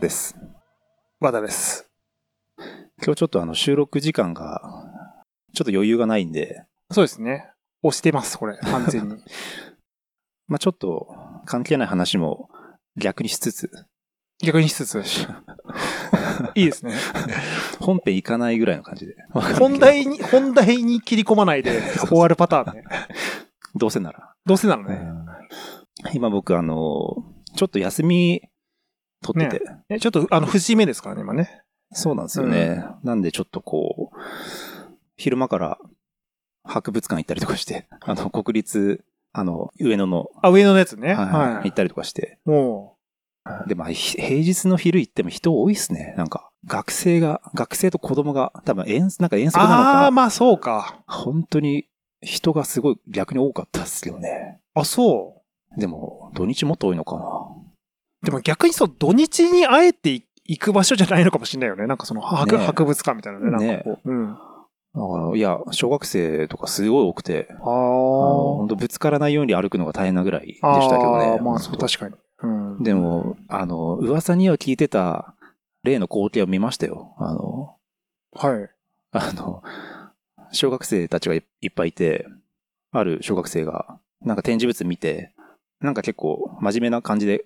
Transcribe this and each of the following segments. です。和田です。今日ちょっとあの収録時間が、ちょっと余裕がないんで。そうですね。押してます、これ、完全 に。まあちょっと、関係ない話も逆にしつつ。逆にしつつ。いい ですね。本編行かないぐらいの感じで。本題に、本題に切り込まないで終わるパターンね。どうせなら。どうせならね。今僕、あの、ちょっと休み取ってて。ね、ちょっと、あの、節目ですからね、今ね。そうなんですよね。うん、なんでちょっとこう、昼間から博物館行ったりとかして、あの、国立、あの、上野の。あ、上野のやつね。はい。はい、行ったりとかして。もう。で、まあ、平日の昼行っても人多いっすね。なんか、学生が、学生と子供が、多分遠、なんか遠足なのか。ああ、まあそうか。本当に人がすごい逆に多かったっすけどね。。あ、そうでも、土日もっと多いのかな。でも逆にそう、土日にあえて行く場所じゃないのかもしれないよね。なんかその博、ね、博物館みたいなね。なんかこう。ね、うん。だから、いや、小学生とかすごい多くて、あ本当ぶつからないように歩くのが大変なぐらいでしたけどね。あまあ、そう、確かに。うん、でも、あの、噂には聞いてた、例の光景を見ましたよ。あの、はい。あの、小学生たちがいっぱいいて、ある小学生が、なんか展示物見て、なんか結構真面目な感じで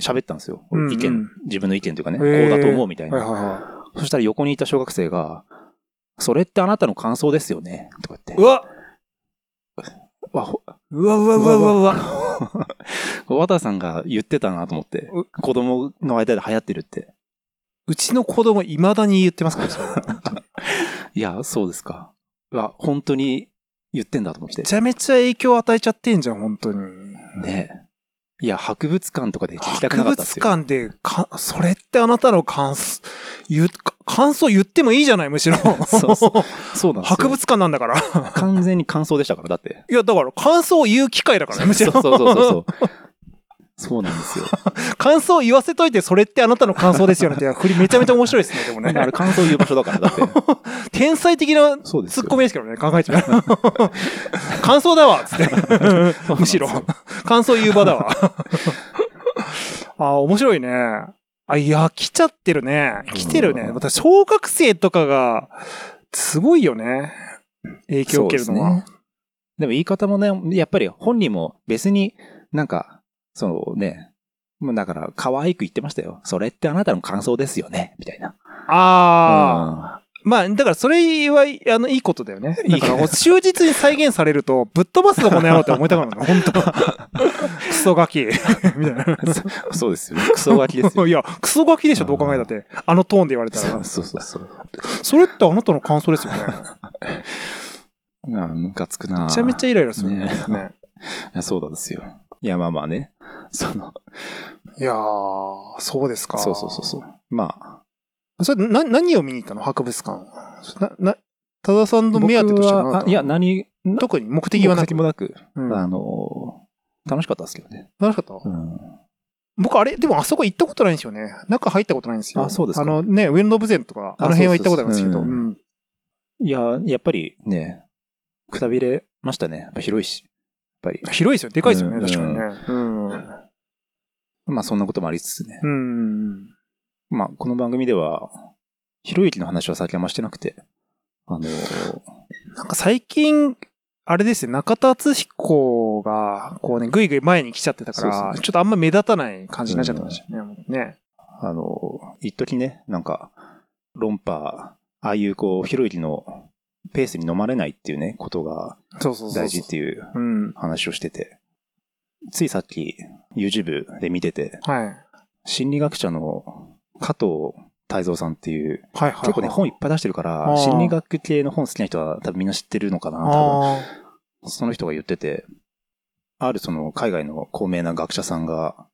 喋ったんですよ。うんうん、意見、自分の意見というかね、こうだと思うみたいな。、はいはいはいそしたら横にいた小学生が、それってあなたの感想ですよね。とか言って。うわわ、うわうわうわうわうわ。 和田さんが言ってたなと思って。子供の間で流行ってるって。うちの子供未だに言ってますから、いや、そうですか。わ、本当に言ってんだと思って。めちゃめちゃ影響与えちゃってんじゃん、本当に。ねいや、博物館とかで聞きたくなかった博物館で、か、それってあなたの感想、言、感想言ってもいいじゃない、むしろ。そうそう。そうなんです博物館なんだから。完全に感想でしたから、だって。いや、だから感想を言う機会だ から、ね、むしろ。そうそうそうそう。 そうなんですよ。感想言わせといて、それってあなたの感想ですよねって、振りめちゃめちゃ面白いですね、でもね。あれ感想言う場所だから、だって。天才的なツッコミですけどね、考えちゃ う。感想だわつって。 むしろ。感想言う場だ わ。あ、面白いね。あ、いや、来ちゃってるね。来てるね。また小学生とかが、すごいよね。影響を受けるのは。で,ね、でも言い方もね、やっぱり本人も別になんか、そのね、もうだから、可愛く言ってましたよ。それってあなたの感想ですよね、みたいな。ああ。うん、まあ、だからそれは、あの、いいことだよね。だから、忠実に再現されると、ぶっ飛ばすぞ、この野郎って思いたくなるの、本当 クソガ キ。みたいなそ。そうですよ、ね。クソガキですよ。いや、クソガキでしょ、どう考えたって。あのトーンで言われたら。そうそうそう。それってあなたの感想ですよね。なんかつくなめちゃめちゃイライラするね。ねそうなんですよ。いや、まあまあね。その。いやー、そうですか。そうそうそうそう。まあ。それ、な、何を見に行ったの博物館。な、な、多田さんの目当てとしては。いや、何、特に目的はなく。目的もなく。うん、あのー、楽しかったですけどね。楽しかった、うん、僕、あれ、でもあそこ行ったことないんですよね。中入ったことないんですよ。あ、そうですあのね、上野動物園とか、あの辺は行ったことあるんですけど。うん、いや、やっぱりね、くたびれましたね。やっぱ広いし。やっぱり。。広いですよ。でかいですよね、うん、確かにね。うんまあ、そんなこともありつつね。うん。まあ、この番組では、ひろゆきの話は最近あんましてなくて、あのー、なんか最近、あれですね、中田敦彦が、こうね、ぐいぐい前に来ちゃってたから、そうそうそうちょっとあんま目立たない感じになっちゃってましたね、もうね。あのー、一時ね、なんか、論破、ああいうこう、ひろゆきのペースに飲まれないっていうね、ことが大事っていう話をしてて、ついさっき YouTube で見てて、はい、心理学者の加藤泰造さんっていう、結構ね、本いっぱい出してるから、心理学系の本好きな人は多分みんな知ってるのかな、多分。その人が言ってて、あるその海外の高名な学者さんが、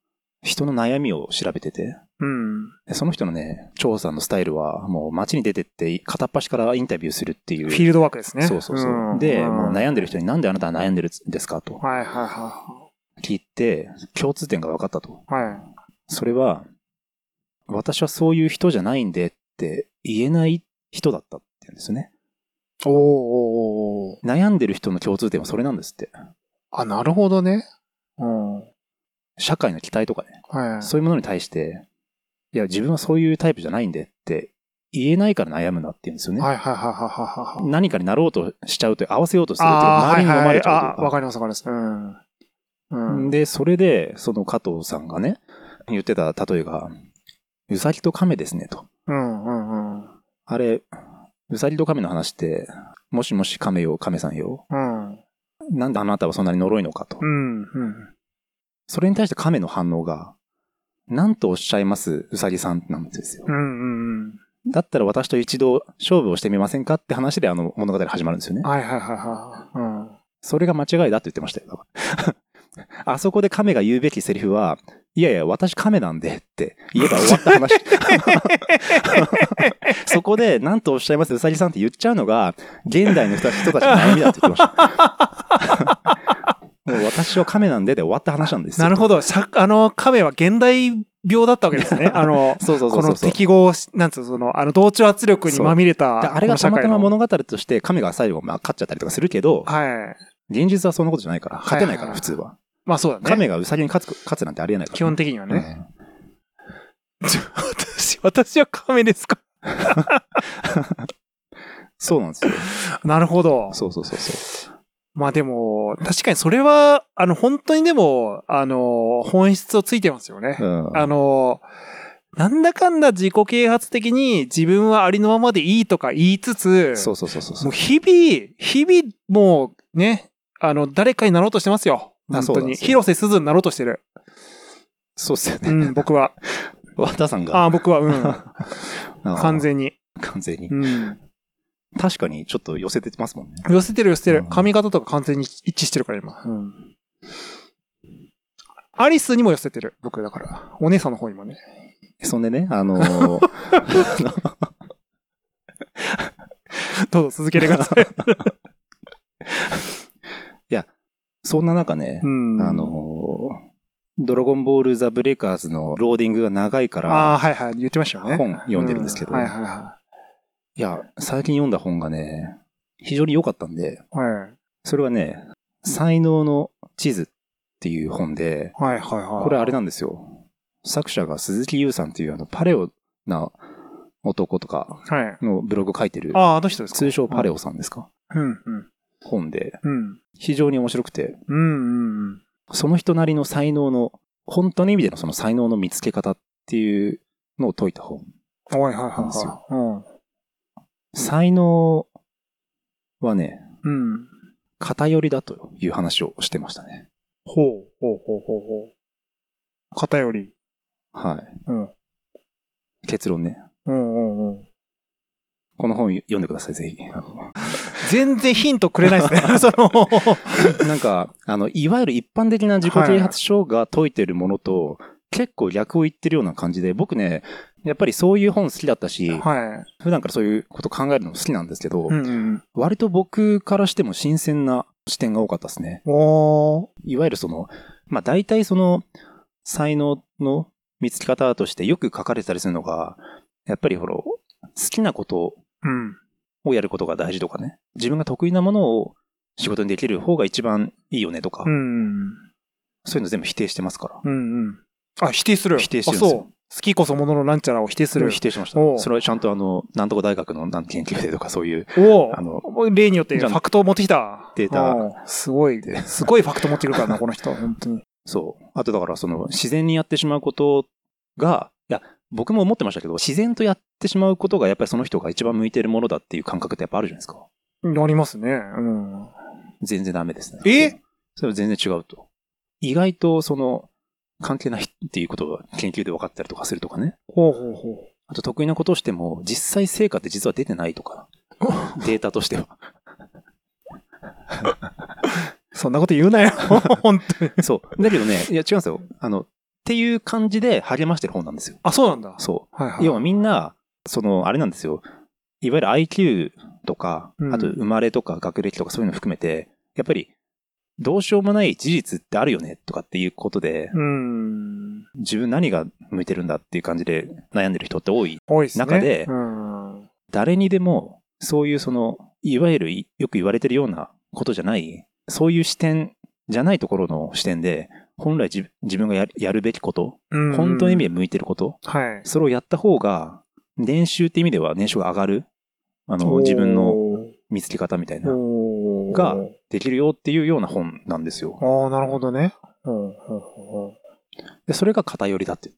人の悩みを調べてて、うん、その人のね、調査のスタイルは、もう街に出てって、片っ端からインタビューするっていう。フィールドワークですね。そうそうそう。うん、で、うん、もう悩んでる人に、なんであなたは悩んでるんですかと。。はいはいはい聞いて、共通点が分かったと。はい。それは、私はそういう人じゃないんでって言えない人だったって言うんですよね。おーおーおー悩んでる人の共通点はそれなんですって。あ、なるほどね。うん。社会の期待とかね、はい、そういうものに対して、いや、自分はそういうタイプじゃないんでって言えないから悩むなって言うんですよね。はいはいはいはいはいはい。何かになろうとしちゃうという、合わせようとするというあー周りに飲まれちはいはいゃあうといわうかかりますわかります。うん。うん。で、それで、その加藤さんがね、言ってた例えが、うさぎと亀ですね、と。うんうんうん。あれ、うさぎと亀の話って、もしもし亀よ、亀さんよ。うん。なんであなたはそんなに呪いのかとう。ん。うん。それに対して亀の反応が、なんとおっしゃいます、うさぎさんなんですよう。んうんうん。だったら私と一度勝負をしてみませんかって話であの物語が始まるんですよね。はいはいはいはい。うん。それが間違いだって言ってましたよ。 だからあそこで亀が言うべきセリフは、いやいや、私亀なんでって言えば終わった話。 そこで、なんとおっしゃいます、うさぎさんって言っちゃうのが、現代の人たち人たちの 悩みだって言ってました。もう私は亀なんでで終わった話なんですよ。なるほど。さあの、亀は現代病だったわけですね。あの、そうそうそこうそのうそう。適合し、なんつうの、その、あの、同調圧力にまみれでた。あれがたまたまこの物語として亀が最後まあ勝っちゃったりとかするけど、社会の。はい。現実はそんなことじゃないから、勝てないかはいらはい普通は。まあそうだね。亀がウサギに勝つ勝つなんてありえないから。基本的にはね。ね。私、私は亀ですか。そうなんですよ。なるほど。そうそうそうそまあでも、確かにそれは、あの、本当にでも、あの、本質をついてますよねう。。うん。あの、なんだかんだ自己啓発的に自分はありのままでいいとか言いつつ、そうそうそうそうそもう。う日々、日々、もうね、あの、誰かになろうとしてますよ。あ本そう当なんに。ですよ広瀬すずになろうとしてる。そうっすようね。ん、僕は。和田さんが。ああ、僕は、うん。完全に。に。完全にう。ん。確かにちょっと寄せてますもんね。寄せてる寄せてうる。ん髪型とか完全に一致してるから、今。うん。アリスにも寄せてる。僕だから。お姉さんの方にもね。 そんでね、あのー、どうぞ続けてくださ い。そんな中ねう、ん。あのー、ドラゴンボールザ・ブレイカーズのローディングが長いかああ、ら、はいはい。言ってましたよね。本読んでるんですけどうはいはいはいや、最近読んだ本がね、非常に良かったんで、い。はい。それはね、才能の地図っていう本で、はいはいはい。これあれなんですよ。作者が鈴木優さんっていうあのパレオな男とかはい。のブログを書いてるあ、あ、あの人ですか通称パレオさんですか、うんうん。本で、うん。非常に面白くて、うんうんうん。その人なりの才能の、本当の意味でのその才能の見つけ方っていうのを解いた本。はいはいはいなんですはい。うん。才能はね、うん。偏りだという話をしてましたね。ほう、ほう、ほう、ほう、ほう。偏り。はうん。い。結論ね。うんうんうん。この本読んでください、ぜひ。全然ヒントくれない ですね。その、なんか、あの、いわゆる一般的な自己啓発書が解いてるものと、結構逆を言ってるような感じで、僕ね、やっぱりそういう本好きだったし、は普段からそういうこと考えるの好きなんですけど、い。うんうん。割と僕からしても新鮮な視点が多かったですね。おー。いわゆるその、まあ大体その、才能の見つけ方としてよく書かれてたりするのが、やっぱりほら、好きなことうん。をやることが大事とかね、自分が得意なものを仕事にできる方が一番いいよねとか、うん。そういうの全部否定してますから。うんうん。あ、否定する。否定してるんあ、ですそうよ。好きこそもののなんちゃらを否定すそれるを。否定しましおうた。それはちゃんとあの、なんとか大学のなん研究生とかそういう、おあの、お例によってファクトを持ってきた。データおーすごい。すごいファクト持ってくる からな、この人。本当に。そう。あとだからその自然にやってしまうことが、いや、僕も思ってましたけど、自然とやってしまうことがやっぱりその人が一番向いてるものだっていう感覚ってやっぱあるじゃないですか。なりますね。うん。全然ダメですね。えそれは全然違うと。意外とその、関係ないっていうことが研究で分かったりとかするとかね。ほうほうほあと得意なことをしても、実際成果って実は出てないと か、データとしては。う。そんなこと言う なよ。本当に。そう。だけどね、いや違うんですよ。あの、っていう感じで励ましてる本なんですよ。あ、そうなんだ。そう。はいはい。要はみんな、その、あれなんですよ。いわゆる IQ とかう、んあと生まれとか学歴とかそういうの含めて、やっぱり、どうしようもない事実ってあるよねとかっていうことで、うーん。自分何が向いてるんだっていう感じで悩んでる人って多い。多いですね。中でうん。は誰にでも、そういうその、いわゆるいよく言われてるようなことじゃない、そういう視点じゃないところの視点で、本来じ自分がややるべきこと、本当の意味で向いてること、はい、それをやった方が、年収って意味では年収が上がる、あの、自分の見つけ方みたいな、ができるよっていうような本なんですよ。ああ、なるほどね。で、それが偏りだって、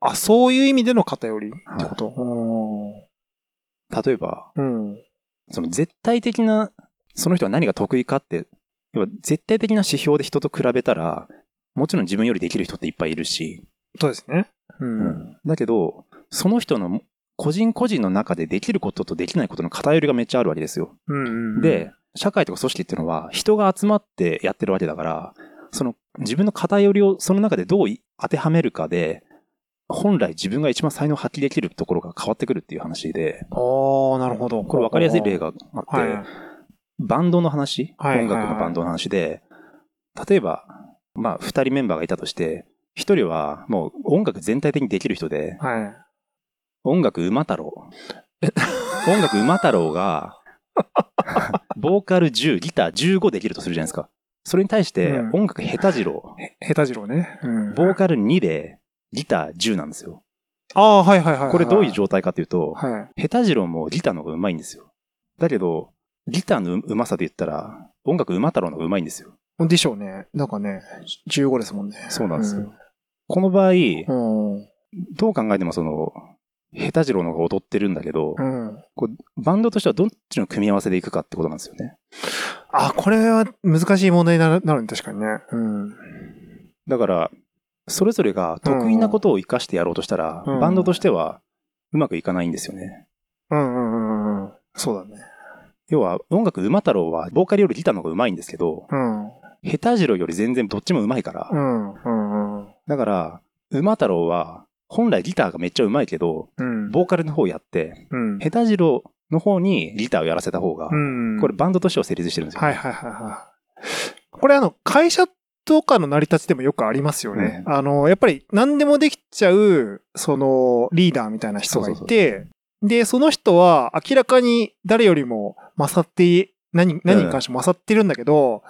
あ、そういう意味での偏りってこと、はい例えば、うん、その絶対的な、その人は何が得意かって、要は絶対的な指標で人と比べたら、もちろん自分よりできる人っていっぱいいるし。、そうですね。うん。うんだけど、その人の個人個人の中でできることとできないことの偏りがめっちゃあるわけですよ。うんうん、で、社会とか組織っていうのは人が集まってやってるわけだから、その自分の偏りをその中でどう当てはめるかで、本来自分が一番才能を発揮できるところが変わってくるっていう話で。ああ、なるほど。これ分かりやすい例があって、はい、バンドの話、はい、音楽のバンドの話で、例えば、まあ、二人メンバーがいたとして、一人はもう音楽全体的にできる人で、はい、音楽馬太郎。音楽馬太郎 が、ボーカル10、ギター15できるとするじゃないですか。それに対して、音楽下手次郎。下手次郎ね、うん、ボーカル2で、ギター10なんですよ。ああ、はい、はいはいはいこれどういう状態かというと、、はい下手次郎もギターの方が上手いんですよ。だけど、ギターのうまさで言ったら、音楽馬太郎の方が上手いんですよ。でしょうね。なんかね、15ですもんね。そうなんですよ。うん、この場合、うん、どう考えてもその、下手次郎の方が踊ってるんだけど、うん、こうバンドとしてはどっちの組み合わせでいくかってことなんですよね。あ、これは難しい問題になるなるね、確かにね。うん、だから、それぞれが得意なことを生かしてやろうとしたら、うん、バンドとしてはうまくいかないんですよね。うんうんうんうん。そうだね。要は、音楽馬太郎は、ボーカルよりギターの方がうまいんですけど、うん、下手次郎より全然どっちもうまいから、うんうんうん、だから、馬太郎は、本来ギターがめっちゃうまいけど、うん、ボーカルの方やって、うん、下手次郎の方にギターをやらせた方が、うんうん、これバンドとしては成立してるんですよ、ね、はいはいはいはい。これあの、会社とかの成り立ちでもよくありますよね。うん、あの、やっぱり何でもできちゃう、その、リーダーみたいな人がいて、で、その人は明らかに誰よりも勝って何、何に関しても勝ってるんだけど、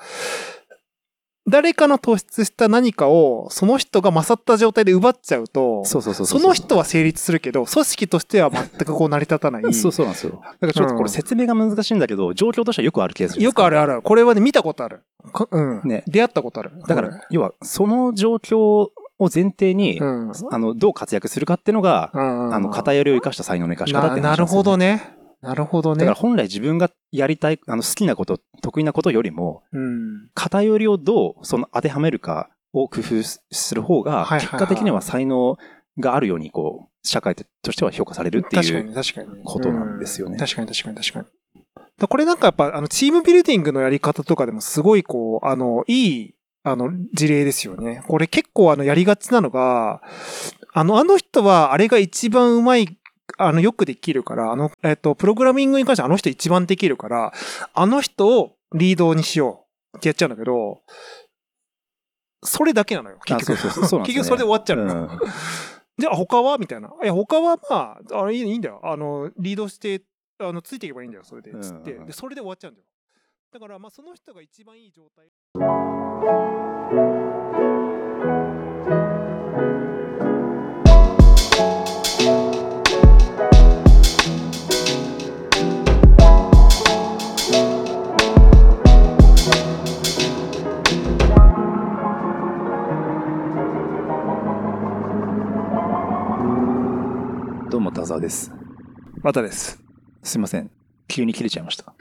誰かの突出した何かを、その人が勝った状態で奪っちゃうと、その人は成立するけど、組織としては全くこう成り立たない。 そうそうなんですよ。だからちょっとこれ説明が難しいんだけど、状況としてはよくあるケースです。よくあるある。これはね、見たことある。うん。ね。出会ったことある。だから、要は、その状況を前提に、うん、あの、どう活躍するかっていうのが、うん、あの、偏りを生かした才能の生かし方って、ね、なるほどね。なるほどね。だから本来自分がやりたい、あの好きなこと、得意なことよりも、うん、偏りをどうその当てはめるかを工夫する方が、結果的には才能があるように、こう、社会としては評価されるっていうことなんですよね。確かに確かに確かに。だこれなんかやっぱ、あの、チームビルディングのやり方とかでもすごいこう、あの、いい、あの、事例ですよね。これ結構あの、やりがちなのが、あの、あの人はあれが一番うまいあの、よくできるから、あの、えっ、ー、と、プログラミングに関してあの人一番できるから、あの人をリードにしようってやっちゃうんだけど、それだけなのよ、結局。そうそうそうね、結局それで終わっちゃうのよ。うん、じゃあ他はみたいな。いや、他はまあ、あれいいんだよ。あの、リードして、あの、ついていけばいいんだよ、それで。つって。で、それで終わっちゃうんだよ。だから、まあ、その人が一番いい状態。どうも、田沢です。またです。すいません。急に切れちゃいました。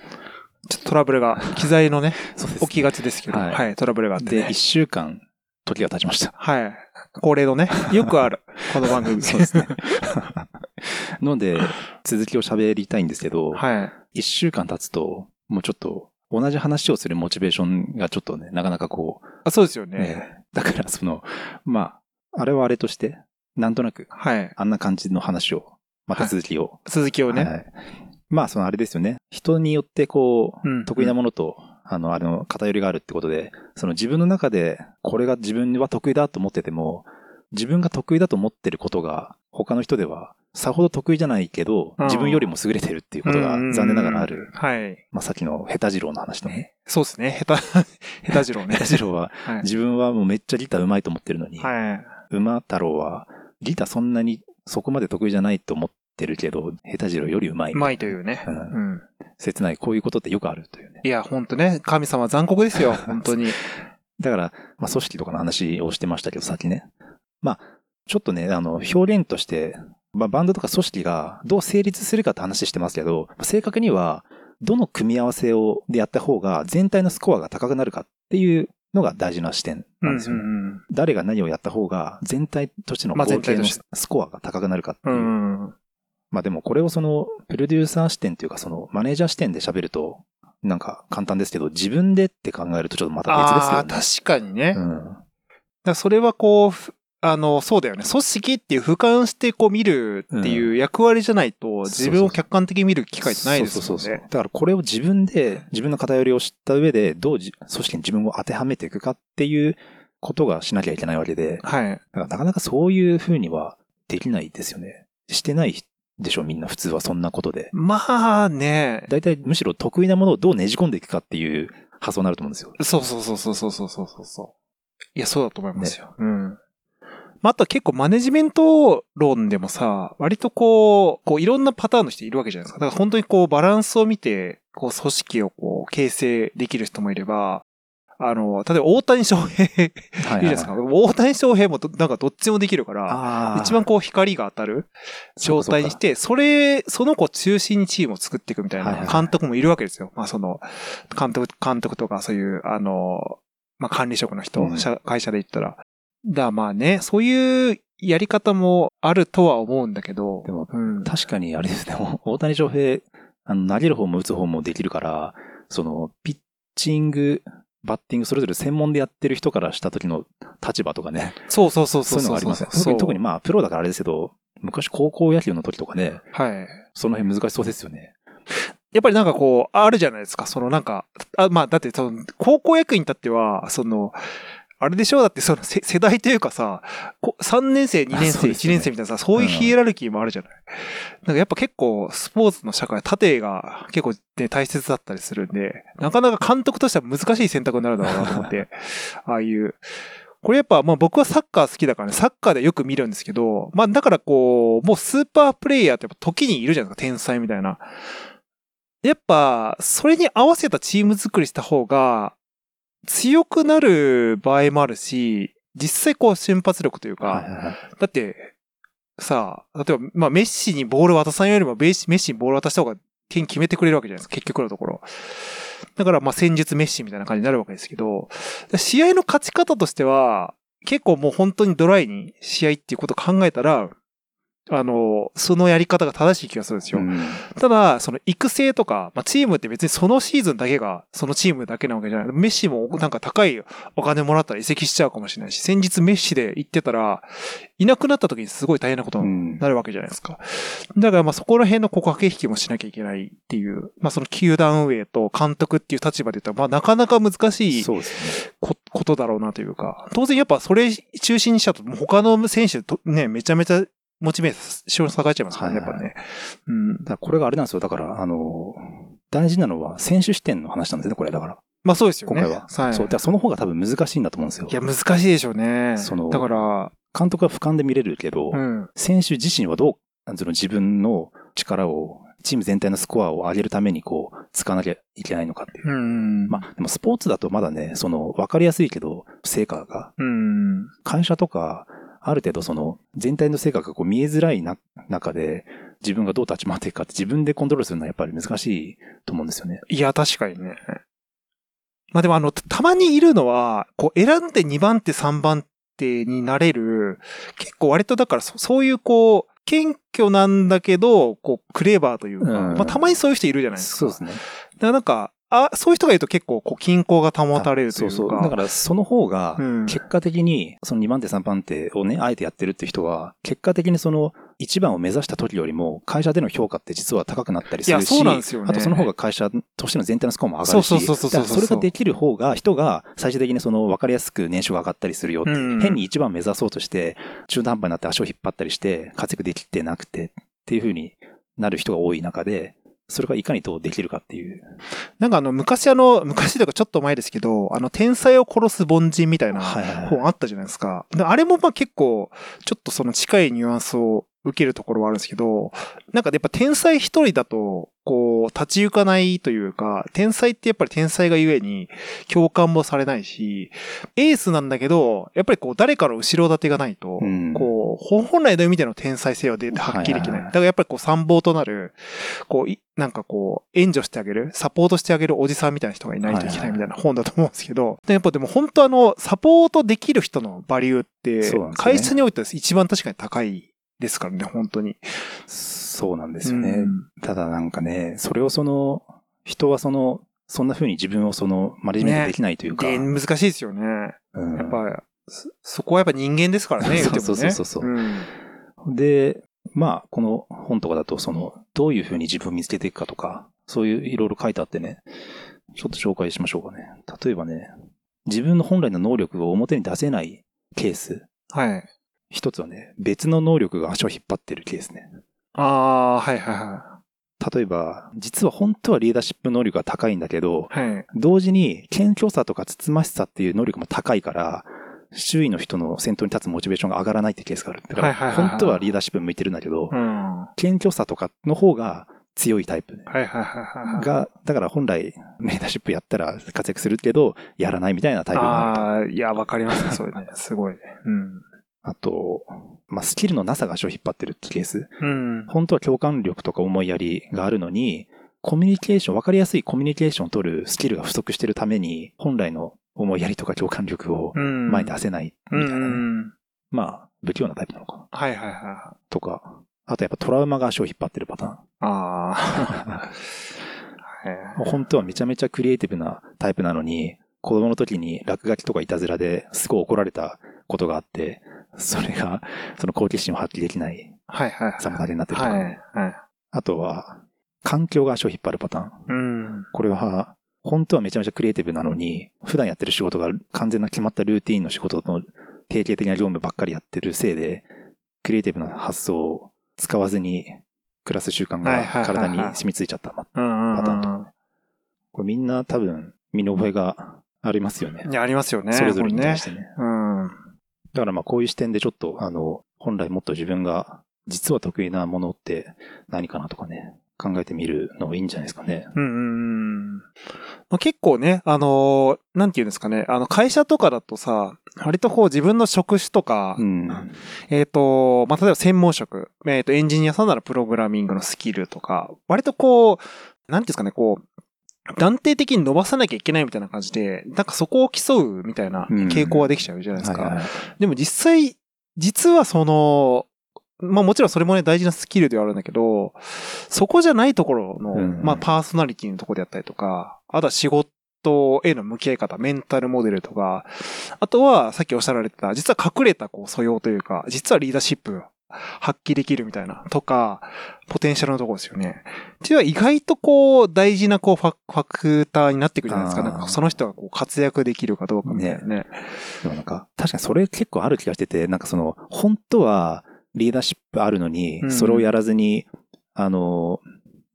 ちょっとトラブルが、機材のね、起きがちですけど、はい、はい、トラブルがあって、ね、で、1週間、時が経ちました。はい。恒例のね、よくある。この番組。 そうですね。ので、続きを喋りたいんですけど、。はい1週間経つと、もうちょっと、同じ話をするモチベーションがちょっとね、なかなかこう。あそうですよね、ね、だから、その、まあ、あれはあれとして、なんとなく、はい、、あんな感じの話を、また続きを。はい。続きをね、はいまあ、そのあれですよね。人によってこう、うん、得意なものと、あの、あれの偏りがあるってことで、その自分の中で、これが自分は得意だと思ってても、自分が得意だと思ってることが、他の人ではさほど得意じゃないけど、うん自分よりも優れてるっていうことがうん残念ながらある。はい。まあ、さっきのヘタジローの話の。ヘそうですね。下手、 下手次郎ねタ。ジローは、はい。自分はもうめっちゃギター上手いと思ってるのに、はい。馬太郎はギターそんなにそこまで得意じゃないと思ってるけど、ヘタジローより上手い。うまいというね。うんうん。切ない。こういうことってよくあるというね。いや、ほんとね、神様残酷 ですよ、本当に。だから、まあ、組織とかの話をしてましたけど、さっきね。まあ、ちょっとね、あの、表現として、まあ、バンドとか組織がどう成立するかって話してますけど、正確には、どの組み合わせをでやった方が全体のスコアが高くなるかっていうのが大事な視点なんですよね。ん。誰が何をやった方が全体としてのまあ合全計体とのしスコアが高くなるかってういう。ん。うんまあでもこれをそのプロデューサー視点というかそのマネージャー視点で喋るとなんか簡単ですけど自分でって考えるとちょっとまた別ですけあどあ、ね。確かにね。だかうんらそれはこうふ、あの、そうだよね。組織っていう俯瞰してこう見るっていう役割じゃないと、自分を客観的に見る機会ってないでそすうもそうそうそんうね。だからこれを自分で、自分の偏りを知った上で、どうじ組織に自分を当てはめていくかっていうことがしなきゃいけないわけで、だかはい。らなかなかそういうふうにはできないですよね。してないでしょ、みんな普通はそんなことで。まあね。大体むしろ得意なものをどうねじ込んでいくかっていう発想になると思うんですよ。そうそうそうそうそうそうそうそう。いや、そうだと思いますよ。うん。まあ、あとは結構マネジメント論でもさ、割とこう、こういろんなパターンの人いるわけじゃないですか。だから本当にこうバランスを見て、こう組織をこう形成できる人もいれば、あの、例えば大谷翔平いるはじゃないですか。大谷翔平もどなんかどっちもできるから、ああ。一番こう光が当たる状態にして、それ、その子を中心にチームを作っていくみたいはいはいなはい監督もいるわけですよ。まあその、監督、監督とかそういう、あの、まあ管理職の人、うん社会社で言ったら。だからまあね、そういうやり方もあるとは思うんだけど、でもうん確かにあれですね、お大谷翔平、あの投げる方も打つ方もできるから、その、ピッチング、バッティング、それぞれ専門でやってる人からした時の立場とかね、そうそうそうそそういうのがあうそうりますね。そ特うに特にまあ、プロだからあれですけど、昔高校野球の時とかね、はい。その辺難しそうですよね。やっぱりなんかこう、あるじゃないですか。そのなんか、あまあ、だってその、高校役員に至っては、その、あれでしょうだってそのせ世代というかさ、こ3年生、2年そう生、です1よね年生みたいなさ、そういうヒエラルキーもあるじゃない。なんかやっぱ結構、スポーツの社会、縦が結構、ね、大切だったりするんで、なかなか監督としては難しい選択になるだろうなと 思って、ああいう。これやっぱ、まあ僕はサッカー好きだからね、サッカーでよく見るんですけど、まあだからこう、もうスーパープレイヤーってやっぱ時にいるじゃないですか、天才みたいな。やっぱ、それに合わせたチーム作りした方が、強くなる場合もあるし、実際こう瞬発力というか、だって、さあ、例えば、まあ、メッシにボール渡さんよりもベーシ、メッシにボール渡した方が点決めてくれるわけじゃないですか、結局のところ。だから、まあ、戦術メッシみたいな感じになるわけですけど、試合の勝ち方としては、結構もう本当にドライに試合っていうことを考えたら、あの、そのやり方が正しい気がするんですよ。うんただ、その育成とか、まあ、チームって別にそのシーズンだけが、そのチームだけなわけじゃない。メッシもなんか高いお金もらったら移籍しちゃうかもしれないし、先日メッシで行ってたら、いなくなった時にすごい大変なことうにんなるわけじゃないですか。だからまあそこら辺のこう駆け引きもしなきゃいけないっていう、まあその球団運営と監督っていう立場で言ったら、まあなかなか難しいそうですね。こことだろうなというか、当然やっぱそれ中心にしちゃうと、もう他の選手とね、めちゃめちゃモチベーション下がっちゃいますからね、やはっいはぱいね。うんだ。からこれがあれなんですよ。だから、あの、大事なのは選手視点の話なんですね、これだから。まあそうですよ今ね。回は。い、そう。だからその方が多分難しいんだと思うんですよい。や、難しいでしょうね。そのだから、監督は俯瞰で見れるけど、うん。選手自身はどう、その自分の力を、チーム全体のスコアを上げるためにこう、使わなきゃいけないのかっていう。うん。まあ、でもスポーツだとまだね、その、わかりやすいけど、成果が、うん。会社とか、ある程度その、全体の成果がこう見えづらいな、中で、自分がどう立ち回っていくかって自分でコントロールするのはやっぱり難しいと思うんですよね。いや、確かにね。まあでもあの、たたまにいるのは、こう、選んで2番手、3番手になれる、結構割とだからそ、そういうこう、謙虚なんだけど、こう、クレバーというか、うんまあたまにそういう人いるじゃないですか。そうですね。だからなんか、あ、そういう人がいると結構、こう、均衡が保たれるというか。そうそう。だからその方がうん、結果的に、その2番手3番手をね、あえてやってるって人は、結果的にその1番を目指した時よりも、会社での評価って実は高くなったりするし、いやそうなんですよねあとその方が会社としての全体のスコアも上がるし、そうそうそうそうそうだからそれができる方が、人が最終的にその分かりやすく年収が上がったりするよって、うん変に1番目指そうとして、中途半端になって足を引っ張ったりして、活躍できてなくて、っていうふうになる人が多い中で、それがいかにどうできるかっていう。なんかあの、昔あの、昔というかちょっと前ですけど、あの、天才を殺す凡人みたいなはいはいはい本あったじゃないですか。であれもまあ結構、ちょっとその近いニュアンスを受けるところはあるんですけど、なんかやっぱ天才一人だと、こう、立ち行かないというか、天才ってやっぱり天才がゆえに共感もされないし、エースなんだけど、やっぱりこう、誰かの後ろ盾がないと、うんこう、本来の意味での天才性は出てはっきりではきいはないはい。いだからやっぱりこう、参謀となる、こうい、なんかこう、援助してあげる、サポートしてあげるおじさんみたいな人がいないといけないみたいな本だと思うんですけど、でやっぱでも本当あの、サポートできる人のバリューってそうなん、ですね会社においては一番確かに高いですからね、本当に。そうなんですよね。うんただなんかね、それをその、人はその、そんな風に自分をその、マネジメントできないというか。で、難しいですよね。うんやっぱ、そそこはやっぱ人間ですからね、言ってもね。そうそうそうそうそううんで、まあ、この本とかだと、その、どういうふうに自分を見つけていくかとか、そういういろいろ書いてあってね、ちょっと紹介しましょうかね。例えばね、自分の本来の能力を表に出せないケース。はい。一つはね、別の能力が足を引っ張ってるケースね。ああ、はいはい例えば、実は本当はリーダーシップ能力が高いんだけど、はい。はい。同時に謙虚さとかつつましさっていう能力も高いから、周囲の人の先頭に立つモチベーションが上がらないってケースがある。だかはら、いはいはいはい本当はリーダーシップ向いてるんだけどう、ん。は謙虚さとかの方が強いタイプねいはいはいはい。が、だから本来、リーダーシップやったら活躍するけど、やらないみたいなタイプがあると。あああ、いや、わか りますね、それね。すごいね。と、まあ、スキルのなさが足を引っ張ってるってケース。うん。うん。本当は共感力とか思いやりがあるのに、コミュニケーション、わかりやすいコミュニケーションを取るスキルが不足してるために、本来の思いやりとか共感力をうん。前に出せないうんみうたいなね、ん。まあ、不器用なタイプなのかな。はいはいはとか、あとやっぱトラウマが足を引っ張ってるパターン。い。ああ。 本当はめちゃめちゃクリエイティブなタイプなのに、子供の時に落書きとかいたずらですごい怒られたことがあって、それが、その好奇心を発揮できないはいはいはい。妨げになってるとか、はいはい。あとは、環境が足を引っ張るパターン。うん。これは、本当はめちゃめちゃクリエイティブなのに、普段やってる仕事が完全な決まったルーティーンの仕事の定型的な業務ばっかりやってるせいで、クリエイティブな発想を使わずに暮らす習慣はいがはいはいは体にい染みついちゃった。うん。パターンとこれみんな多分身に覚えがありますよねい。や、ありますよね。それぞれにこね対し。てね。うん。だからまあこういう視点でちょっとあの、本来もっと自分が実は得意なものって何かなとかね、考えてみるのいいんじゃないですかね。うんうんうん。まあ、結構ね、あのーなんていうんですかね、あの、会社とかだとさ、割とこう自分の職種とか、うん。えっ、と、まあ、例えば専門職、えっ、と、エンジニアさんならプログラミングのスキルとか、割とこう、なんていうんですかね、こう、断定的に伸ばさなきゃいけないみたいな感じで、なんかそこを競うみたいなうん傾向はできちゃうじゃないですか。はいはいでも実際、実はその、まあもちろんそれもね大事なスキルではあるんだけど、そこじゃないところの、うんまあパーソナリティのところであったりとか、あとは仕事への向き合い方、メンタルモデルとか、あとはさっきおっしゃられてた、実は隠れたこう素養というか、実はリーダーシップ発揮できるみたいなとか、ポテンシャルのところですよね。っていうのは意外とこう大事なこうファファクターになってくるじゃないですか。あーなんかその人がこう活躍できるかどうかみたいなね。でもなんか、確かにそれ結構ある気がしてて、なんかその、本当はリーダーシップあるのうに、んそれをやらずに、あの、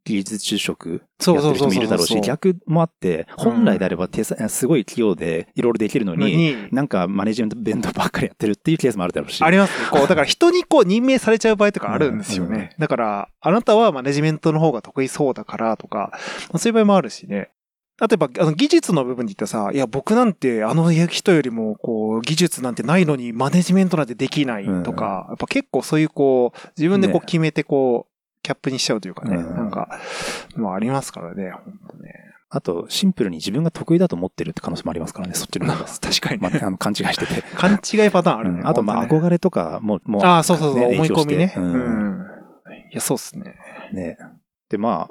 技術就職そやうってる人そうそうもいそうるだろうし、逆もあって、本来であれば手さ、すごい器用でいろいろできるののに、になんかマネジメント弁当ばっかりやってるっていうケースもあるだろうし。ありますね。こう、だから人にこう任命されちゃう場合とかあるんですようんうんね。だから、あなたはマネジメントの方が得意そうだからとか、まあそういう場合もあるしね。あとやっぱ、あの、技術の部分で言ったらさ、いや、僕なんて、あの人よりも、こう、技術なんてないのに、マネジメントなんてできないとか、やっぱ結構そういう、こう、自分でこねう決めて、こう、キャップにしちゃうというかね、うんなんか、まあありますからね、ほんとね。あと、シンプルに自分が得意だと思ってるって可能性もありますからね、そっちの 方が確かにまね。あ、あの勘違いしてて。勘違いパターンあるね。うんあと、まほあ、んね憧れとかも、もう、ああ、そうそうそう、ね思い込み影。響ねしてううんん。いや、そうっすね。ね。で、まあ、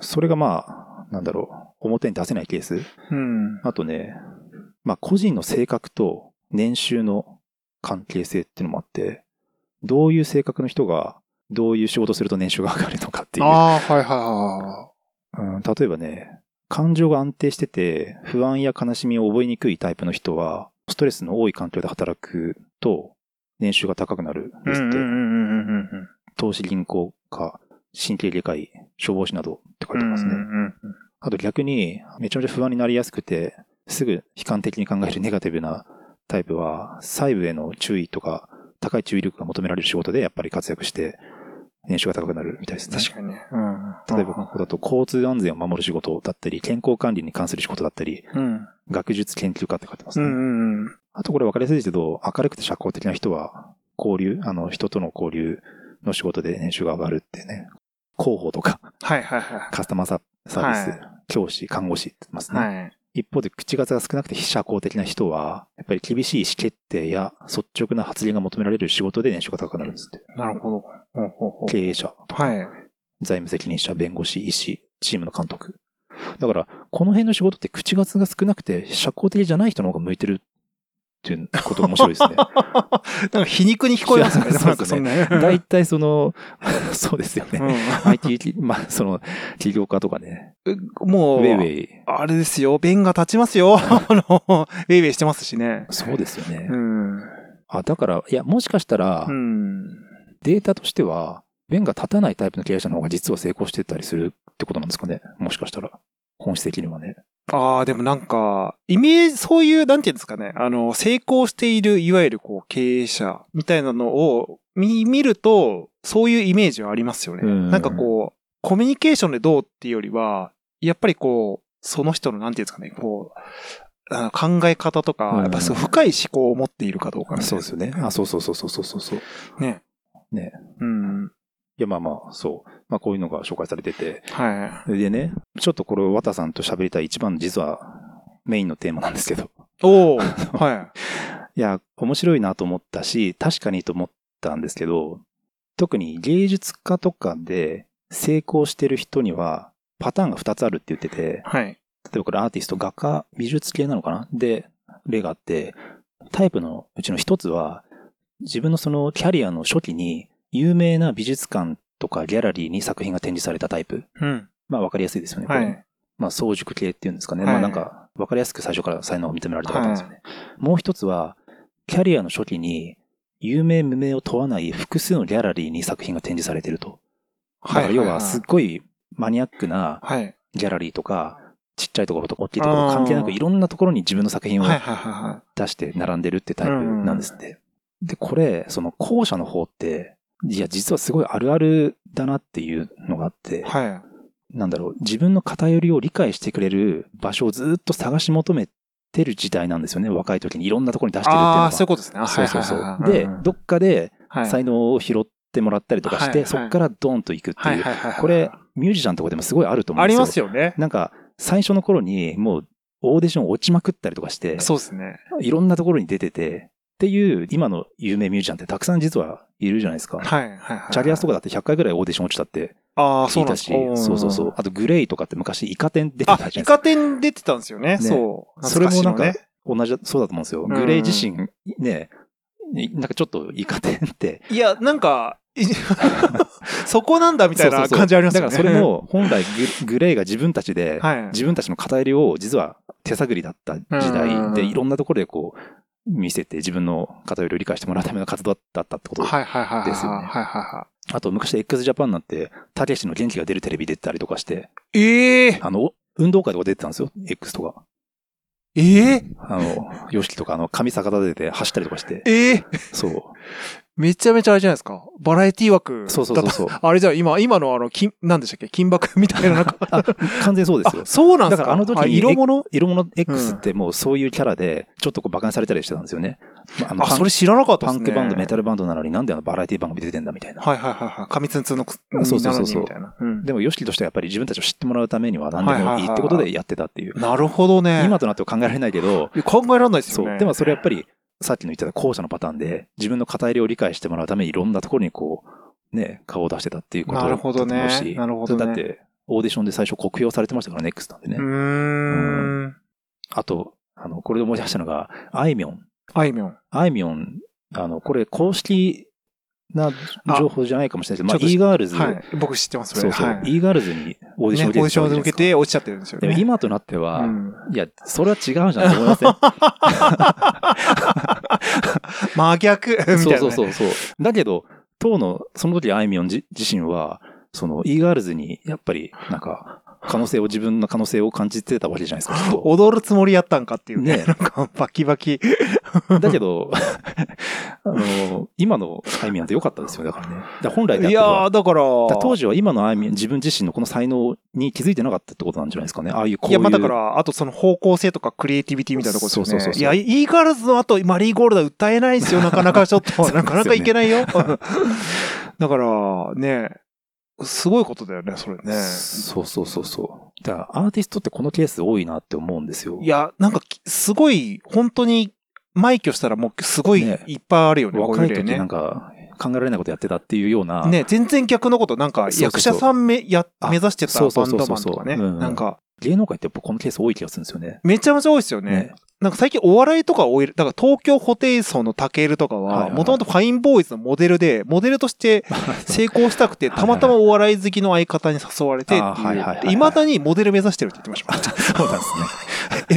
それがまあ、なんだろう、表に出せないケース。うん。あとね、まあ、個人の性格と年収の関係性っていうのもあって、どういう性格の人が、どういう仕事すると年収が上がるのかっていう。ああ、はいはうん、例えばね、感情が安定してて、不安や悲しみを覚えにくいタイプの人は、ストレスの多い環境で働くと、年収が高くなるんいはい。ですって。うんうんうんうんうんうん投資銀行か、神経外科医、消防士などって書いてますね。あと逆に、めちゃめちゃ不安になりやすくて、すぐ悲観的に考えるネガティブなタイプは、細部への注意とか、高い注意力が求められる仕事でやっぱり活躍して、年収が高くなるみたいですね。確かにね。うん、例えば、ここだと交通安全を守る仕事だったり、健康管理に関する仕事だったり、うん、学術研究家って書いてますね。うんうん、あとこれ分かりやすいけど、明るくて社交的な人は、交流、あの、人との交流の仕事で年収が上がるってね。広報とか、はいはいはい、カスタマーサービス、はい、教師、看護師ってますね。はい一方で口数が少なくて非社交的な人は、やっぱり厳しい意思決定や率直な発言が求められる仕事で年収が高くなるんですって。なるほど。ほうほうほう経営者。はい。財務責任者、弁護士、医師、チームの監督。だから、この辺の仕事って口数が少なくて社交的じゃない人の方が向いてるっていうことが面白いです ね。 なんか皮肉に聞こえますね。 そうですね。大体その、 そうですよね。うん、IT、まあその、起業家とかね。もう、ウェイウェイ。あれですよ、弁が立ちますよ。 あの、ウェイウェイしてますしね。そうですよね。うん、あ、だから、いや、もしかしたら、うん、データとしては、弁が立たないタイプの経営者の方が実は成功してたりするってことなんですかね。もしかしたら。本質的にはね。ああ、でもなんか、イメージ、そういう、なんていうんですかね、あの、成功している、いわゆるこう、経営者みたいなのを見、見ると、そういうイメージはありますよね。んなんかこう、コミュニケーションでどうっていうよりは、やっぱりこう、その人の、なんていうんですかね、こう、あの考え方とか、やっぱそう深い思考を持っているかどうか、ね、そうですよね。あ、そうそうそうそうそうそう。ね。ね。うん。いや、まあまあ、そう。まあ、こういうのが紹介されてて。はい。でね、ちょっとこれ、綿さんと喋りたい一番実はメインのテーマなんですけど。。おおはいいや、面白いなと思ったし、確かにと思ったんですけど、特に芸術家とかで成功してる人には、パターンが2つあるって言ってて、はい。例えばこれアーティスト、画家、美術系なのかなで、例があって、タイプのうちの1つは、自分のそのキャリアの初期に、有名な美術館とかギャラリーに作品が展示されたタイプ。うん、まあ分かりやすいですよね。はい、まあ早熟系っていうんですかね。はい、まあなんか分かりやすく最初から才能を認められた方ですよね。はい、もう一つは、キャリアの初期に有名無名を問わない複数のギャラリーに作品が展示されてると。だから要はすっごいマニアックなギャラリーとか、ちっちゃいところとか大きいところ関係なくいろんなところに自分の作品を出して並んでるってタイプなんですって。で、これ、その後者の方って、いや、実はすごいあるあるだなっていうのがあって、。はいなんだろう、自分の偏りを理解してくれる場所をずっと探し求めてる時代なんですよね、若い時にいろんなところに出してるっていうのは。ああ、そういうことですね。そうそうそう。で、どっかで才能を拾ってもらったりとかして、はい、そっからドーンと行くっていう、これ、ミュージシャンとかでもすごいあると思うんですよ。ありますよね。なんか、最初の頃にもうオーディション落ちまくったりとかして、そうですね。いろんなところに出てて、っていう、今の有名ミュージシャンってたくさん実はいるじゃないですか。はい,はいはいはい、チャリアスとかだって100回ぐらいオーディション落ちたって。ああ、そうだし。そうそうそう。あとグレイとかって昔イカ天出てたじゃないです。か。イカ天出てたんですよね。ねそうそれもなんか同じ、そうだと思うんですよ。グレイ自身、ね、なんかちょっとイカ天って。いや、なんか、 そこなんだみたいな感じありますよね。だからそれも本来グレイが自分たちで、自分たちの偏りを実は手探りだった時代で、いろんなところでこう、見せて自分の偏りを理解してもらうための活動だったってことですよね。あと昔 x ジャパンなんて、たけしの元気が出るテレビ出てたりとかして。ええー、あの、運動会とか出てたんですよ、X とか。ええー、あの、ヨシキとか、あの、髪逆立てて走ったりとかして。ええー、そう。めちゃめちゃあれじゃないですか。バラエティ枠。そうそうそうそう。あれじゃ今、今のあの、金、なんでしたっけ金箔みたいな、 なんか完全そうですよ。そうなんでかすだからあの時に、色物色物 X ってもうそういうキャラで、ちょっとこう馬鹿にされたりしてたんですよね。あのあ、それ知らなかったですね。パンクバンド、メタルバンドなのになんであのバラエティ番組出てんだみたいな。はいはいはいはい。紙ツンツンの、そうそうそうそうみたいな。うん、でも、ヨシキとしてはやっぱり自分たちを知ってもらうためには何でもいいってことでやってたっていう。なるほどね。今となっては考えられないけど。考えられないですよね。そう。でもそれやっぱり、さっきの言ってた後者のパターンで、自分の偏りを理解してもらうためにいろんなところにこう、ね、顔を出してたっていうことだと思うし。なるほどね。なるほど、ね、だって、オーディションで最初酷評されてましたから、ネックスなんでね。うん,、ん。あと、あの、これで思い出したのが、あいみょん。あいみょん。あいみょん、あの、これ公式な情報じゃないかもしれないですけど、まあ、e-girls、はい。僕知ってます、それ。そうそう。e-girls、にオーディション受けて、ね。オーディション受けて落ちちゃってるんですよ、ね。でも今となっては、うん、いや、それは違うじゃんと思いません 真逆みたいな、そうね、そうそうそう。だけど、当の、その時あいみょん自自身は、その e ガールズに、やっぱり、なんか、可能性を、自分の可能性を感じてたわけじゃないですか。きっと踊るつもりやったんかっていうね。ねなんか、バキ バキ。だけど、 あの、今のあいみょんって良かったですよ、だからね。だから本来であいってばやー、だから、だから当時は今のあいみょん、自分自身のこの才能に気づいてなかったってことなんじゃないですかね。ああいうこういいう。や、まあだから、あとその方向性とかクリエイティビティみたいなところですよね。そうそうそうそういや、イーガールズの後、マリーゴールドは歌えないですよ。なかなかちょっ と、そうですよねなかなかいけな いよ。だから、ね、すごいことだよね、それね。そうそうそうそう。だからアーティストってこのケース多いなって思うんですよ。いや、なんかき、すごい、本当に、枚挙したらもう、すごいねいっぱいあるよね、こう若うい例時なんね。か考えられないことやってたっていうような。ね、全然逆のこと、なんかそう、そう役者さんめ、や、あ目指してたそバうそうンそドうそうマンとかね。うんうんなんか、芸能界ってやっぱこのケース多い気がするんですよね。めちゃめちゃ多いですよね。ねなんか最近お笑いとか多い、だから東京ホテイソンのタケルとかはいはは、いはいもともとファインボーイズのモデルで、モデル として成功したくて、はいはたいまたまお笑い好きの相方に誘われてってあーはいはいはいいう、いまだにモデル目指してるって言ってました。そうなんですね。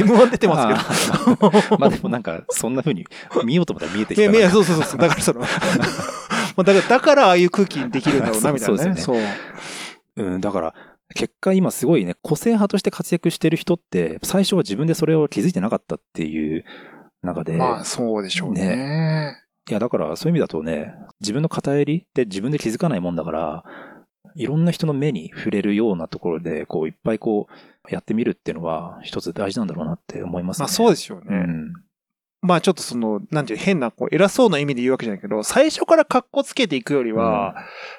M1 出て出ますすけど。 まあでもなんか、そんな風に見ようと思ったら見えてけど。いきたやいや、な。そうそうそうそう、だからその、まあだから、だからああいう空気にできるんだろうな、みたいなね。。そう うん、だから、結果今すごいね、個性派として活躍してる人って、最初は自分でそれを気づいてなかったっていう中で、まあ、そうでしょうね。いやだからそういう意味だとね、自分の偏りって自分で気づかないもんだから、いろんな人の目に触れるようなところで、こういっぱいこう、やってみるっていうのは一つ大事なんだろうなって思いますね。まあ、そうでしょううね。ん。まあちょっとその、なんていう、変な、こう、偉そうな意味で言うわけじゃないけど、最初から格好つけていくよりは、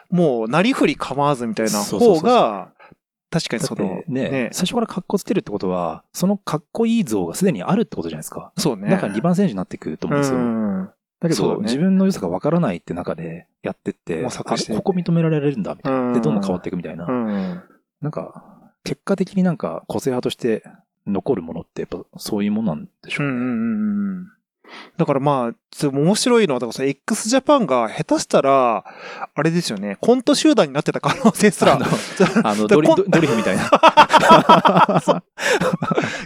もう、なりふり構わずみたいなそうそう方そうそが、確かにだそってのね、、最初から格好つけるってことは、その格好いい像がすでにあるってことじゃないですか。そうね。だから2番選手になってくると思うんですよ。うん。だけそうだど、ね自分の良さがわからないって中でやってって、模あ索してここ認められるんだ、みたいな。で、どんどん変わっていくみたいな。うん。なんか、結果的になんか個性派として残るものってやっぱそういうものなんでしうょんううね。んうん。だからまあ、ちょっと面白いのは、だからその x ジャパンが下手したら、あれですよね、コント集団になってた可能性すら、あ のちょっとあの、でドリこんドドリフみたいな。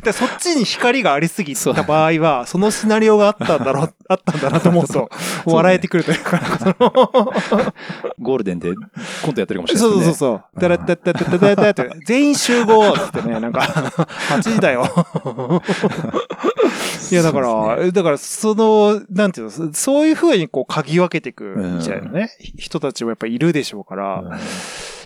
でそっちに光がありすぎた場合は、そのシナリオがあったんだろう、あったんだなと思うと、ね笑えてくるというか、なんかその、ゴールデンでコントやってるかもしれないそですうそうね。そうそう。だらだだだだだだって、全員集合っつってね、なんか、8時だよ。いや、だかそうですねら、だから、その、なんていうの、そそういう風にこう、嗅ぎ分けていく、みたいなうね、人たちもやっぱいるでしょうから、うん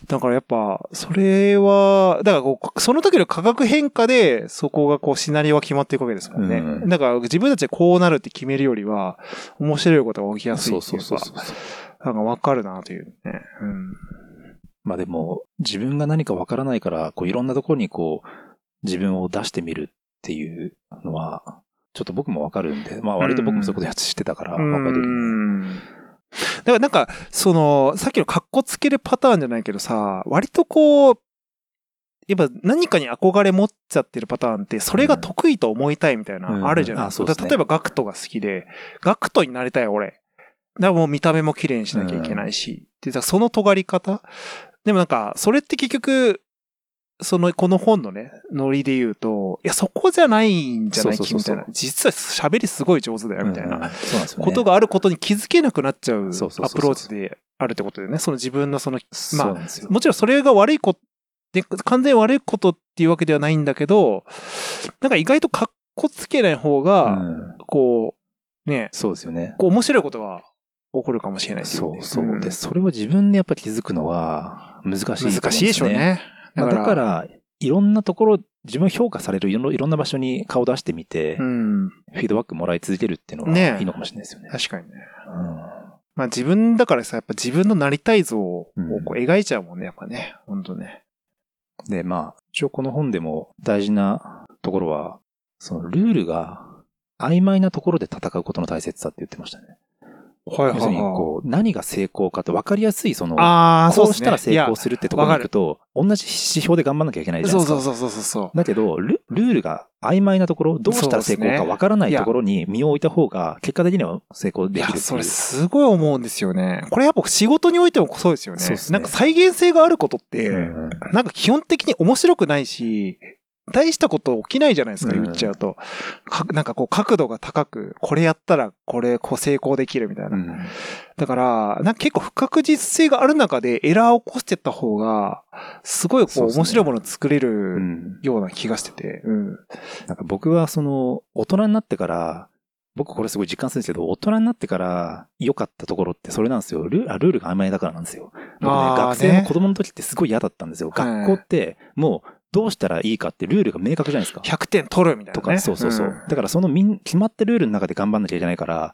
だからやっぱ、それは、だからこう、その時の価格変化で、そこがこう、シナリオが決まっていくわけですもんね。うんだから、自分たちでこうなるって決めるよりは、面白いことが起きやすいそうそっていううそうかそう。なんかわかるなというね。うん。まあでも、自分が何かわからないから、こういろんなところにこう、自分を出してみるっていうのは、ちょっと僕もわかるんで、まあ割と僕もそういうことやつしてたから、若い時に。うんだからなんか、その、さっきの格好つけるパターンじゃないけどさ、割とこう、やっぱ何かに憧れ持っちゃってるパターンって、それが得意と思いたいみたいうんな、あるじゃないですうんか。あそうですね例えば、ガクトが好きで、ガクトになりたい、俺。だからもう見た目も綺麗にしなきゃいけないし。で、だからその尖り方でもなんか、それって結局、その、この本のね、ノリで言うと、いや、そこじゃないんじゃないそう君そうそうそうみたいな。実は喋りすごい上手だよ、みたいな。うんそうなんですよね。ことがあることに気づけなくなっちゃうそうそうそうそうアプローチであるってことでね、その自分のその、まあそうなんですよ。もちろんそれが悪いこと、で完全に悪いことっていうわけではないんだけど、なんか意外とかっこつけない方が、うんこう、ね、そうですよね。こう面白いことが起こるかもしれないですよそねうそう。で、んそれを自分でやっぱり気づくのは難しいと思うんすね。難しいでしょうね。まあだから、いろんなところ、自分を評価されるいろんないろんな場所に顔出してみて、うん、フィードバックもらい続けるっていうのねはえいいのかもしれないですよね。確かにね。まあ自分だからさ、やっぱ自分のなりたい像をこう描いちゃうもんね、やっぱね。ほんとね。うんで、まあ、一応この本でも大事なところは、そのルールが曖昧なところで戦うことの大切さって言ってましたね。は要するに、こう、何が成功かって分かりやすい、その、ああ、こそううっすしねたら成いや功するってところに行くと、同じ指標で頑張らなきゃいけないじゃないそでうすか。そうそうそうそう。だけどル、ルールが曖昧なところ、どうしたら成功かわからないところに身を置いた方が、結果的には成功いできやるっていう。、それすごい思うんですよね。これやっぱ仕事においてもそうですよね。そうっすなねんか再現性があることって、うんうんなんか基本的に面白くないし、大したこと起きないじゃないですか、うん言っちゃうと。かなんかこう角度が高く、これやったらこれこう成功できるみたいな。うん。だから、なんか結構不確実性がある中でエラーを起こしてった方が、すごいこそううですね面白いものを作れうるん。ような気がしてて。うん。なんか僕はその、大人になってから、僕これすごい実感するんですけど、大人になってから良かったところってそれなんですよ。ルーあルールが曖昧だからなんですよ。僕ね、あー学生ねの子供の時ってすごい嫌だったんですよ。はい学校ってもうどうしたらいいかってルールが明確じゃないですか。 100点取るみたいとな、ね。か、そうそうそう。んだからそのみん、決まったルールの中で頑張んなきゃいけないから、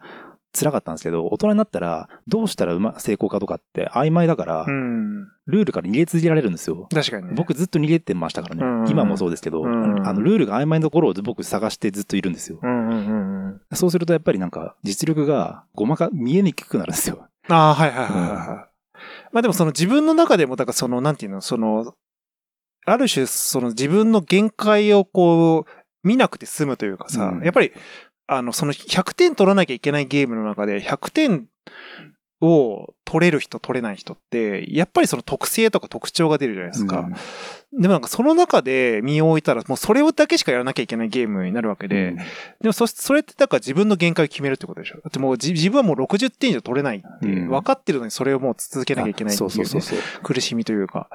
辛かったんですけど、大人になったら、どうしたらうま、成功かとかって曖昧だから、うん。ルールから逃げ続けられるんですよ。確かにね。僕ずっと逃げてましたからね。うん今もそうですけど、うんあの、ルールが曖昧なところを僕探してずっといるんですよ。うんうんうんうん。そうするとやっぱりなんか、実力がごまか、見えにくくなるんですよ。ああ、はいはいはいはいはい。まあでもその自分の中でも、だからその、なんていうの、その、ある種、その自分の限界をこう、見なくて済むというかさ、うんやっぱり、あの、その100点取らなきゃいけないゲームの中で、100点を取れる人、取れない人って、やっぱりその特性とか特徴が出るじゃないですか。でもなんかその中で身を置いたら、もうそれだけしかやらなきゃいけないゲームになるわけで、うんでもそ、それってだから自分の限界を決めるってことでしょだってもうじ自分はもう60点以上取れないって、うん分かってるのにそれをもう続けなきゃいけないってそうい,、うそうそうそう。苦しみというか。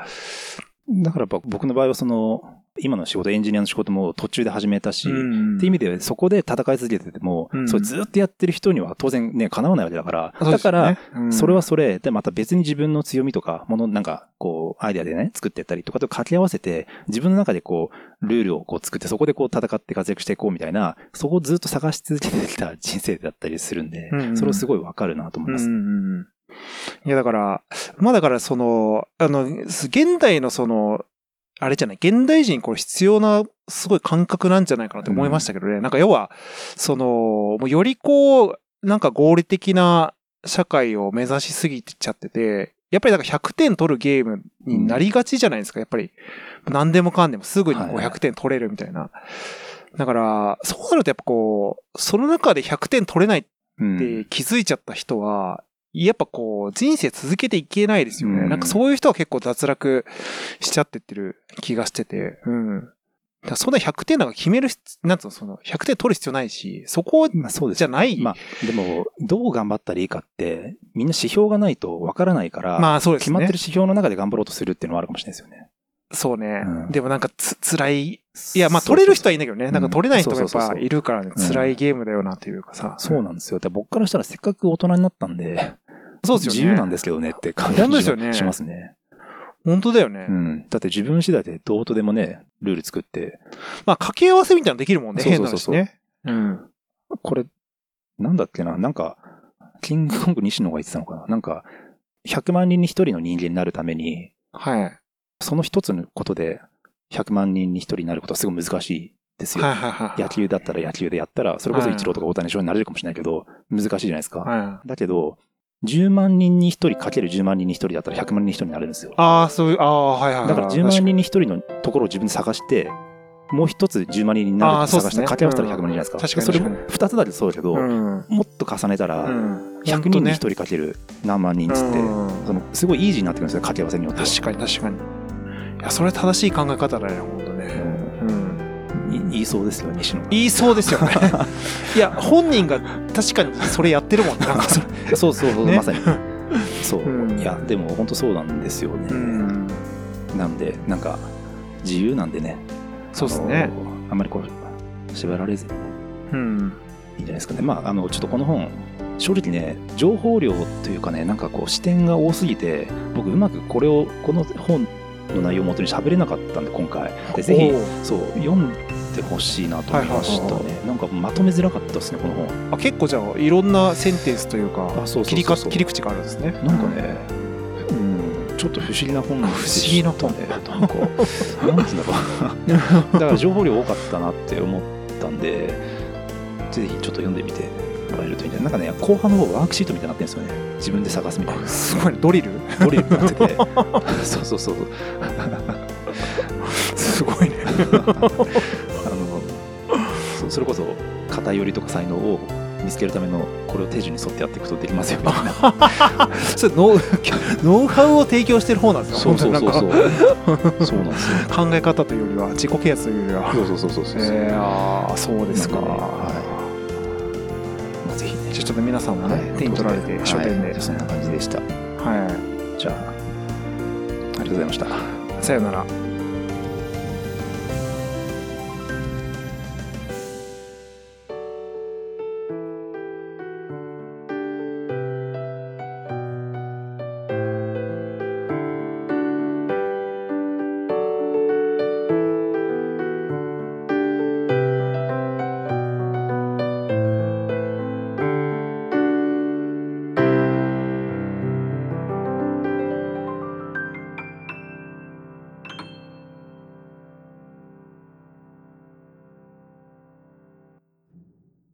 だからやっぱ僕の場合はその、今の仕事、エンジニアの仕事も途中で始めたし、んって意味で、そこで戦い続けてても、うんそれずっとやってる人には当然ね、叶わないわけだから、そうでだすよかねら、、うんそれは、それで、また別に自分の強みとか、もの、なんか、こう、アイデアでね、作ってったりとかと掛け合わせて、自分の中でこう、ルールをこう作って、そこでこう戦って活躍していこうみたいな、そこをずっと探し続けてきた 人生だったりするんでうんう、んそれをすごいわかるなと思ういんまうす。んうんいやだから、まあだからその、あの、現代のその、あれじゃない、現代人にこれ必要なすごい感覚なんじゃないかなって思いましたけどね。なんか要は、その、もうよりこう、なんか合理的な社会を目指しすぎてちゃってて、やっぱりだから100点取るゲームになりがちじゃないですか、やっぱり。何でもかんでもすぐにこうはい100点取れるみたいな。だから、そうなるとやっぱこう、その中で100点取れないうんって気づいちゃった人は、やっぱこう、人生続けていけないですよね。うんなんかそういう人は結構脱落しちゃってってる気がしてて、うん。だからそんな100点なんか決める必、なんつうの、その、100点取る必要ないし、そこまあそうですじゃない。まあ、でも、どう頑張ったらいいかって、みんな指標がないとわからないから、まあそうです決ね。まってる指標の中で頑張ろうとするっていうのはあるかもしれないですよね。そうね。うんでもなんかつ、辛い。いや、まあ取れる人はいいんだけどね。うんなんか取れない人がやっそうそうぱそうそういるからね、うん辛いゲームだよなというかさ。そうなんですよ。だから僕からしたらせっかく大人になったんで、そうですよね。自由なんですけどねって感じ本当ですよねがしますね。本当だよね。うん。だって自分次第でどうとでもね、ルール作って、まあ掛け合わせみたいなのできるもんね。そう変そうなそうそう話ね。うん。これ、なんだっけな、なんか、キングコング西野が言ってたのかななんか、100万人に1人の人間になるために、はい。はいその一つのことで100万人に1人になることはすごい難しいですよ。はいはい。野球だったら野球でやったら、それこそイチローとか大谷翔になれるかもしれないけど、難しいじゃないですか。はい。だけど、10万人に1人かける10万人に1人だったら100万人に1人になれるんですよ。ああ、そういう、ああ、はいはいはい。だから10万人に1人のところを自分で探して、もう一つ10万人になあるーとそうっ探すしたねら、掛け合わせたら100万人じゃないですか。確かにそれ確かに2つだけそうだけど、うん。もっと重ねたら、 100 100人に1人かける何万人っつって、うんそのすごいイージーになってくるんですよ、掛け合わせによっては。確かに確かに。いや、それ正しい考え方だよね、ほんとね。うん。に。い言いそうですよ、西野が。言いそうですよ ね。いや、本人が確かにそれやってるもんね、なんかそれ。そうそうそう、ねまさに。そう、うんいや、でも本当そうなんですよね。うん。なんで、なんか、自由なんでね。そうですね。あの。あんまりこう、縛られずにうん。いいんじゃないですかね。まあ、あの、ちょっとこの本、正直ね、情報量というかね、なんかこう、視点が多すぎて、僕、うまくこれを、この本の内容をもとに喋れなかったんで、今回。でぜひお、うそう、読んでほしいなと思いましたね。はいはいなんか、まとめづらかったですね、この本。あ結構じゃあ、いろんなセンテンスというか、そう切りか切り口があるんですね。なんかね、うん、ちょっと不思議な本なんですよち不思議ょっとね、なんか、なんつうんだろう。だから情報量多かったなって思ったんで、ぜひちょっと読んでみてもらえるといいんじゃないなんかね、後半の方ワークシートみたいになってるんですよね。自分で探すみたいな。すごいね、ド リルドリルになって て。そうそう そう。すごいね。あのそそれこそ偏りとか才能を見つけるためのこれを手順に沿ってやっていくとできますよそれノウノウハウを提供してる方なんですよそうそうそうそう本 そうなんですよ当になんか考え方というよりは自己啓発というよりはそうそうそうそうそう、えー、あーそうですか、なんでねはいまあぜひねじゃあちょっと皆さんもね、はい手に取られて書店で、はいそんな感じでしたはい、じゃあありがとうございましたさよならさよ